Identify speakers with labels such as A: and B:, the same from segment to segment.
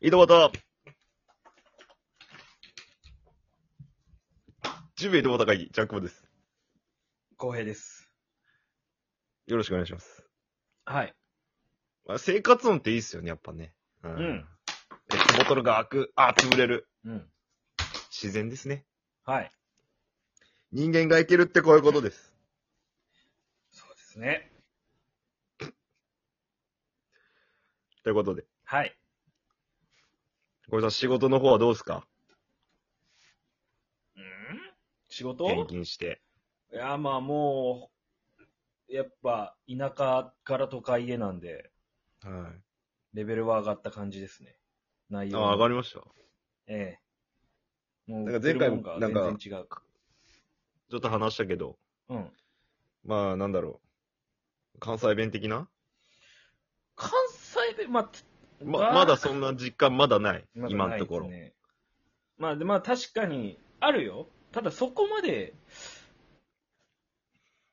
A: 井戸端ジュベ井戸端会議、ジャックボです。
B: 公平です。
A: よろしくお願いします。
B: はい。
A: まあ、生活音っていいっすよね、やっぱね。う
B: うん。
A: ペットボトルが開く、あ、潰れる。
B: うん。
A: 自然ですね。
B: はい。
A: 人間がいけるってこういうことです。
B: そうですね。
A: ということで。
B: はい。
A: これさん、仕事の方はどうですか
B: うん仕事
A: 転勤して。
B: いや、まあもう、やっぱ田舎から都会へなんで、
A: は
B: レベルは上がった感じですね。内
A: い。
B: 容
A: あ
B: も。
A: 上がりました。
B: ええ。もう、
A: なんか前回も
B: 売ってるもんが
A: なんか
B: 全然違う。
A: ちょっと話したけど、
B: うん。
A: まあ、なんだろう。関西弁的な
B: 関西で、まあ、つ
A: ま、まだそんな実感まだない。
B: まだ
A: 今
B: な
A: の
B: い
A: とこ
B: で
A: ろ
B: す。ねまあ、でまあ確かに、あるよ。ただそこまで、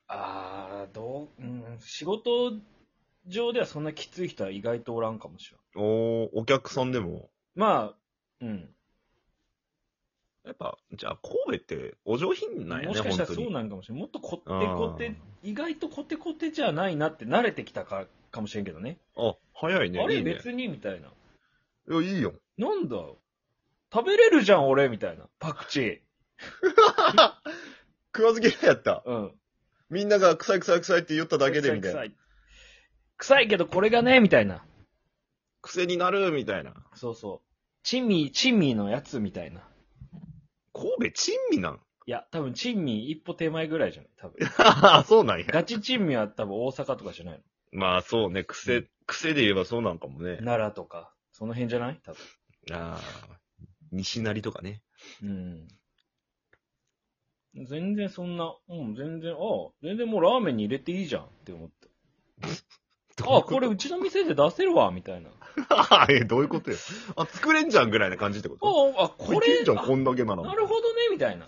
B: ああ、どう、うん、仕事上ではそんなきつい人は意外とおらんかもしれん。
A: おーお客さんでも、
B: まあ、うん。
A: やっぱ、じゃあ神戸ってお上品なんや
B: も
A: ね、
B: しかした
A: 本
B: ら
A: 当
B: そう
A: に。
B: なんかもしれん。もっとこってこ
A: あ
B: て
A: ー、
B: 意外とこてこてじゃないなって慣れてきたかかもしれんけどね。
A: あ、早いね。
B: あれ
A: いいね。
B: 別にみたいな。
A: いや、いいよ。
B: なんだ食べれるじゃん俺みたいな。パクチー。
A: 食わず嫌いやった。
B: うん。
A: みんなが臭い臭い臭いって言っただけでみたいな
B: 臭。い。臭いけどこれがね、みたいな。
A: 癖になるみたいな。
B: そうそう。チンミー、チンミーのやつみたいな。
A: 神戸珍味 なん
B: いや、多分チンミー一歩手前ぐらいじゃない 多分。
A: あそうなんや。
B: ガチチンミーは多分大阪とかじゃない
A: まあそうね、癖、癖で言えばそうなんかもね
B: の。。奈良とか。その辺じゃない多分。
A: ああ。西成とかね。
B: うん。全然そんな、うん、全然、ああ、全然もうラーメンに入れていいじゃんって思った。ああ、これうちの店で出せるわ、みたいな。
A: あ え、どういうことよ。あ、作れんじゃんぐらいな感じってこ
B: あ
A: と
B: あ、あこ
A: いけ
B: れ
A: んじゃん、
B: あ
A: こんだけなら。
B: なるほどね、みたいな。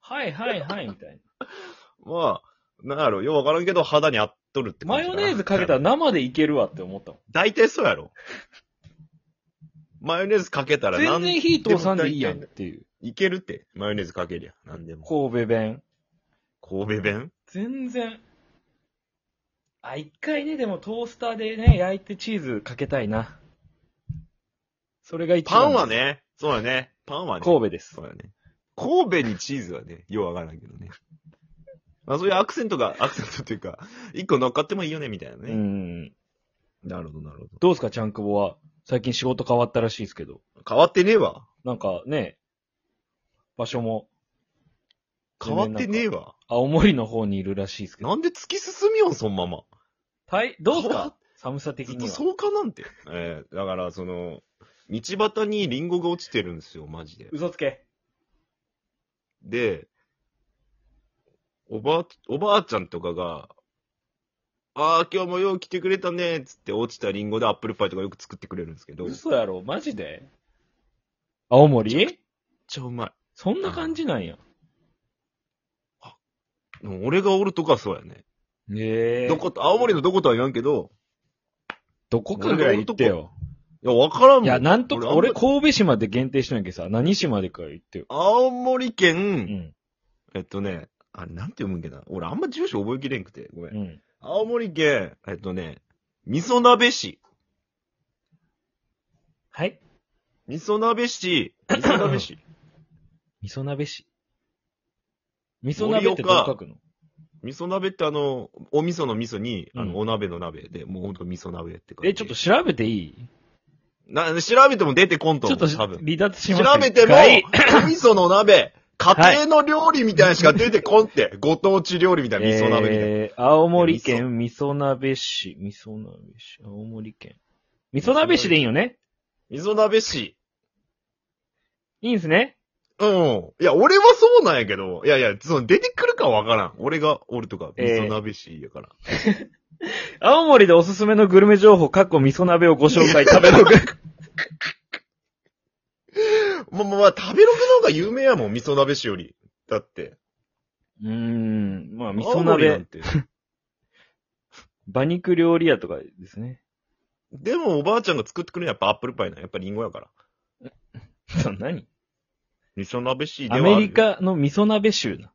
B: はいはいはい、みたい な。
A: まあ、なんやろ、ようわからんけど、肌に合っとるって感
B: マ
A: じか
B: ヨ
A: な
B: ネーズかけたら生でいけるわって思ったもん。
A: 大体そうやろ。マヨネーズかけたらなん
B: 全然火通さんでいいやんっていう。
A: いけるって。マヨネーズかけりゃ。なんでも。
B: 神戸弁。
A: 神戸弁
B: 全然。あ、一回ね、でもトースターでね、焼いてチーズかけたいな。それが一番。
A: パンは。ね、そうやね。パンはね。
B: 神戸です
A: そ。うやね。神戸にチーズはね、ようわからんけどね。まあそういうアクセントが、アクセントっていうか、一個乗っかってもいいよね、みたいな
B: う
A: ね。
B: ん。
A: なるほど、なるほど。
B: どうすか、ちゃんくぼは。最近仕事変わったらしいですけど。
A: 変わってねえわ。
B: なんかね、場所も
A: 変わってねえわ。
B: 青森の方にいるらしいですけど。
A: なんで突き進みよん、そんまま。
B: はい、どうす
A: 変わ
B: か寒さ的
A: ずっ
B: に
A: と
B: は。
A: 草加なんて。ええだから、その、道端にリンゴが落ちてるんですよ、マジで。
B: 嘘つけ。
A: で、おばあ、おばあちゃんとかが、ああ、今日もよう来てくれたね、つって落ちたリンゴでアップルパイとかよく作ってくれるんですけど、めっ
B: 嘘やろ、マジで青森
A: ちゃうまい。
B: そんな感じなんや。
A: でも俺がおるとかはそうやね。
B: ええ
A: どこと、青森のどことは言わんけど、
B: どこかぐらい行ってよ。
A: いや、わからんもん。
B: いや、なんとか、
A: あんま
B: 俺、神戸市まで限定しなきゃさ、何市までか行ってよ。
A: 青森
B: う
A: 県、
B: ん。
A: えっとね、あれ、なんて読むんけな。俺、あんま住所覚えきれんくて、ごめん。
B: うん。
A: 青森県、えっとね、味噌鍋市。
B: はい。
A: 味噌鍋市、味噌鍋市。
B: 味噌鍋市。味噌鍋ってどう書くの
A: 味噌鍋ってあの、お味噌の味噌に、あの、
B: うん
A: お鍋の鍋で、もうほんと味噌鍋って感じ。
B: え、ちょっと、調べていい
A: な、調べても出てこんと
B: ちょ
A: 思
B: っ
A: う。
B: と
A: 多分。
B: 離脱し
A: 調
B: ます
A: べても、
B: 一
A: お味噌の鍋、家庭の料理みたいなのしか出てこん って。ご当地料理みたい
B: 回
A: な、味噌鍋みたいな。
B: えー、青森県味噌鍋市。味噌鍋市。青森県。味噌鍋市でいいよね
A: 味噌鍋市。
B: いいんすね
A: うん。いや、俺はそうなんやけど、いやいや、その出てくるかはわからん。俺がおるとか、味
B: えー
A: 噌鍋市やから。
B: 青森でおすすめのグルメ情報、かっこ味噌鍋をご紹 介、食べログ。
A: まあまあまあ、食べログの方が有名やもん、味噌鍋市より。だって。
B: うーん、まあ味
A: 青
B: 噌
A: 森なん
B: 鍋、
A: て。
B: 馬肉料理屋とかですね。
A: でもおばあちゃんが作ってくれるのはやっぱアップルパイなんやっぱリンゴやから。
B: そう何
A: 味噌鍋しではあ
B: ア
A: る
B: メリ。カの味噌鍋州な。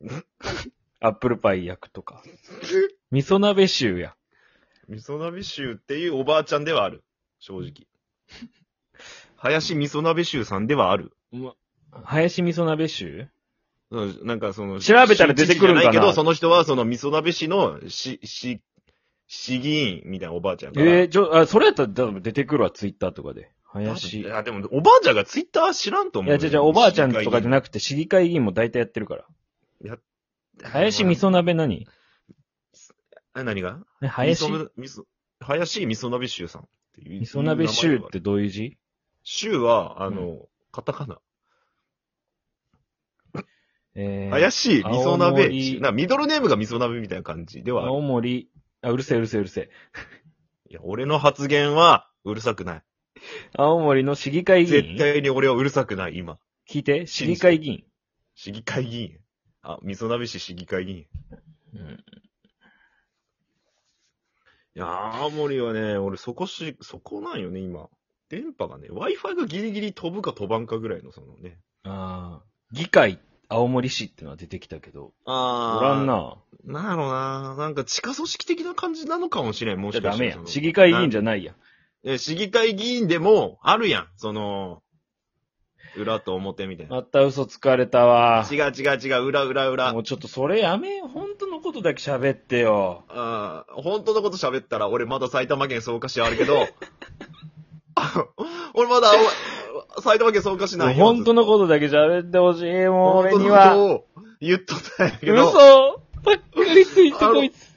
B: アップルパイ焼くとか。味噌鍋州や。
A: 味噌鍋臭っていうおばあちゃんではある。正 直。林味噌鍋臭さんではある。
B: 林味噌鍋州
A: うんなんかその、
B: 調べたら出てくるんかな
A: 知事じゃいけど、その人はその味噌鍋市の市、市、市議員みたいなおばあちゃんやから。
B: ええちょ、あ、それやったら多分出てくるわ、ツイッターとかで。
A: 多
B: 林。
A: 分い
B: い
A: や、でも、おばあちゃんがツイッター知らんと思う。
B: や、じゃじゃおばあちゃんとかじゃ
A: な
B: なくて、市議会議員も大体やってるから。林味噌鍋何
A: え、何が
B: ね林
A: 味噌味噌、林味噌鍋臭さんっていう。
B: 味噌鍋州ってどういう字
A: 臭は、あの、カタカナ。
B: えー、
A: 怪しい、味噌鍋
B: 青森。
A: な、ミドルネームが味噌鍋みたいな感じではある
B: 青森、あ、うるせえうるせえうるせえ。
A: いや、俺の発言は、うるさくない。
B: 青森の市議会議
A: 絶
B: 員。
A: 対に俺はうるさくない、今。
B: 聞いて、市議会議員。
A: 市議会議員。あ、味噌鍋市市議会議員。い
B: うん
A: や、青森はね、俺そこし、そこなんよね、今。電波がね、Wi-Fi がギリギリ飛ぶか飛ばんかぐらいの、そのね。
B: ああ、議会、青森市ってのは出てきたけど、
A: あ
B: おらん。な。
A: なんやろな。なんか地下組織的な感じなのかもしれん、も
B: じゃ
A: しか
B: あダ
A: した
B: メ
A: ら
B: や
A: そ
B: ん。
A: の
B: 市議会議員じゃないやん。
A: え市議会議員でも、あるやん。その、裏と表みたいな。
B: また嘘つかれたわ。
A: 違う違う違う、裏裏裏。
B: もうちょっとそれやめよ。本当のことだけ喋ってよ。
A: あー本当のこと喋ったら、俺まだ埼玉県草加市あるけど、 あ俺まだお埼玉県草加市なんよ。
B: 本当のことだけ喋ってほしい。もう
A: 本
B: 俺
A: 当
B: に
A: のこと
B: は。
A: を言っとったんやけど、
B: 嘘ばっかりついて
A: あの
B: こいつ。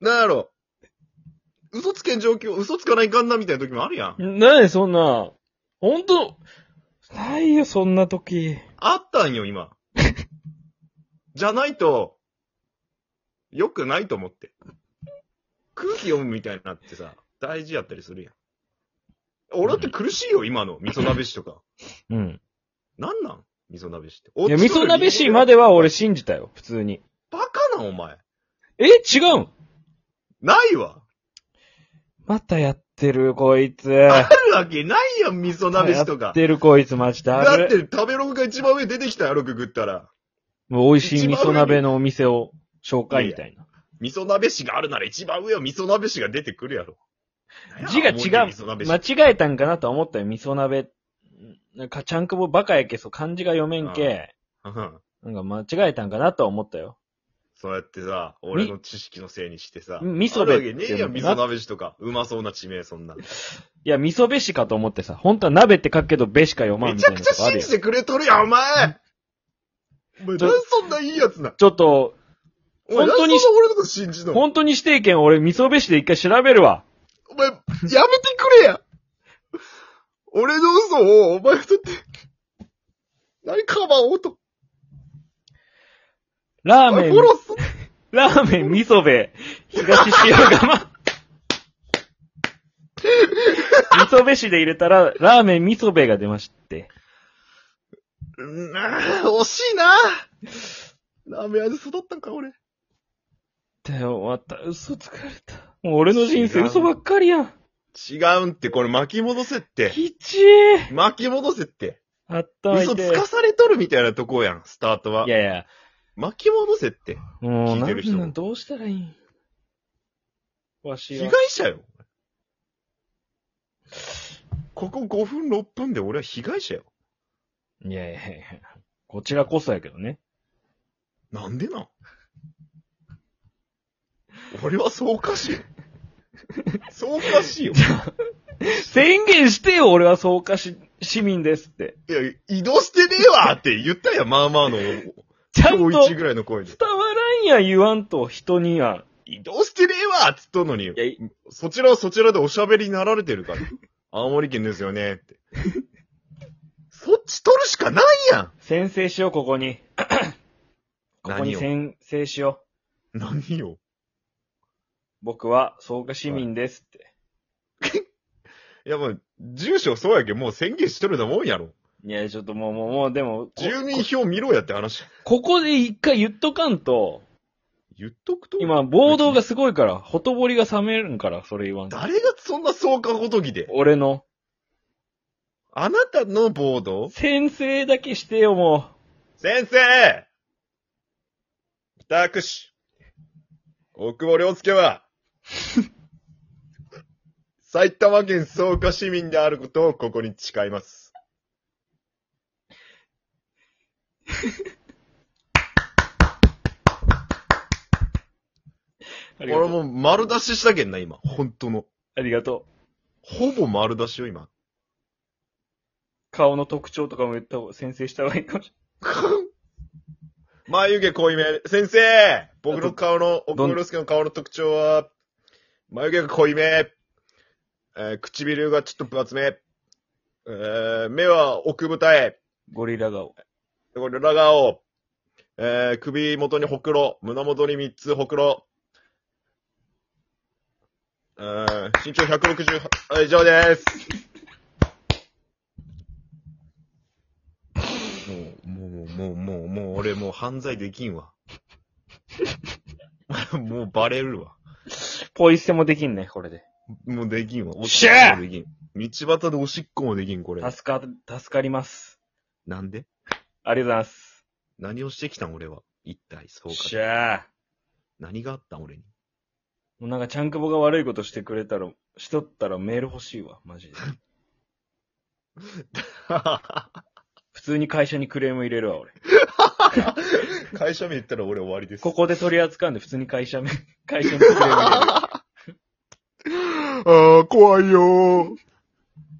A: なんやろ。嘘つけん状況、嘘つかないかんなみたいな時もあるやん。
B: なにそんな。本当ないよ、そんな時。
A: あったんよ、 今。じゃないと、良くないと思って。空気読むみたいになってさ、大事やったりするやん。俺だって苦しいよ、今の。味噌鍋師とか。
B: うん。
A: なんなん味噌鍋師って。
B: いや、味噌鍋師までは俺信じたよ、普通に。
A: バカなん、お前。
B: え違うん
A: ないわ。
B: またやってる、こいつ。
A: あるわけないやん、味噌鍋師と
B: やっ
A: か。
B: てる、こいつ、マジで。あ
A: だっ
B: れ
A: て、食べログが一番上出てきたやろ、ググったら。
B: もう美味しい味噌鍋のお店を紹介みたいな。
A: 味噌鍋師があるなら一番上は味噌鍋師が出てくるやろ。
B: 字が違う
A: 味噌鍋。師。
B: 間違えたんかなとは思ったよ、味噌鍋。かちゃんくぼバカやけ、そう、漢字が読めんけ。
A: うん
B: なんか間違えたんかなとは思ったよ。
A: そうやってさ、俺の知識のせいにしてさ。
B: み味
A: べ
B: 噌べ
A: あるわけねえやん、
B: って
A: 味噌鍋師とか。うまそうな地名、そんな。
B: いや、味噌べしかと思ってさ、本当は鍋って書くけど、べしか読まん
A: め
B: み
A: ち
B: た
A: ゃ
B: い
A: く
B: な
A: ちゃ
B: とこあ
A: 信
B: るやん
A: じ。てくれとるやん、お前お前、
B: ちょ
A: なんでそんないいやつな。
B: ちょっと、
A: お前、
B: 本当
A: な
B: に
A: んでそんな俺のこと信じんの
B: 本当に指定権俺、味噌べしで一回調べるわ。
A: お前、やめてくれや俺の嘘を、お前だって、何かばおうと。お
B: ラーメ
A: 前
B: ン
A: フォ、ローすん
B: ラーメン、味噌べ、東塩 釜。味噌べしで入れたら、ラーメン、味噌べが出まして。
A: うーん惜しいなラーメン味育ったんか、俺。
B: だよ、また嘘つかれた。もう俺の人生嘘ばっかりやん。
A: 違うんって、これ巻き戻せって。
B: きちー
A: 巻き戻せって。
B: あったまい
A: 嘘
B: て。
A: つかされとるみたいなとこやん、スタートはい
B: やいや、
A: 巻き戻せって。
B: もう
A: 聞い
B: な
A: てる人
B: ん
A: も
B: なんどうしたらいいんわし
A: 被
B: は
A: 害。者よ。ここ5分6分で俺は被害者よ。
B: いやいやいや、こちらこそやけどね。
A: なんでなん俺はそうおか しいよ。そうおかしいよ。
B: 宣言してよ、俺は草加市、市民ですって。
A: いや、移動してねえわって言ったやん、まあまあの、
B: ちゃん
A: 今
B: と
A: 日一
B: 伝
A: ぐらいの声で。
B: わらんや、言わんと、人には。
A: 移動してねえわっつっとんのに、
B: いや、
A: そちらはそちらでおしゃべりになられてる から。青森県ですよねって。そっち取るしかないやん
B: 先制しよう、ここ に。ここに
A: 何を
B: 先制しよう。
A: 何よ。
B: 僕は草加市民ですって。
A: いやもう、住所そうやけど、もう宣言しとるだもんやろ。
B: いや、ちょっともう、もう、もう、でも、こ
A: 住民票見ろやって話。
B: ここで一回言っとかんと、
A: 言っとくと。
B: 今、暴動がすごいから、ほとぼりが冷めるんから、それ言わんと。
A: 誰がそんな草加ごときで。
B: 俺の。
A: あなたの暴動
B: 先生だけしてよ、も
A: 先生私、大久保良介 は、埼玉県草加市民であることをここに誓います。
B: う。ありがと
A: 俺
B: う。
A: もう丸出ししたけんな、今。本当の。
B: ありがとう。
A: ほぼ丸出しよ、今。
B: 顔の特徴とかも言った方が、先生した方がいいかもし
A: 眉毛濃いめ。先生僕の顔の、
B: どん
A: 奥村介の顔の特徴は、眉毛が濃いめ。えー唇がちょっと分厚め。えー目は奥二重。
B: れん。ゴリラ顔。
A: これ裏顔。えー首元にほくろ。胸元に3つほくろ。えー身長168、あ以上です。もう、もう、もう、もう、もう、俺もう犯罪できんわ。 もうバレるわ。
B: ポイ捨てもできんね、これで。
A: もうできんわ。お
B: しゃあ
A: できん。道端でおしっこもできん、これ。
B: 助か、助かります。
A: なんで
B: ありがとうございます。
A: 何をしてきたん、俺は。一体、そうか。
B: しゃあ。
A: 何があったん、俺に。
B: もうなんか、ちゃんくぼが悪いことしてくれたら、しとったらメール欲しいわ、マジで。 普通に会社にクレーム入れるわ、俺。
A: 会社名言ったら俺終わりです。
B: ここで取り扱うんで、普通に会社名、会社にクレーム入れる。
A: ああ、怖いよー。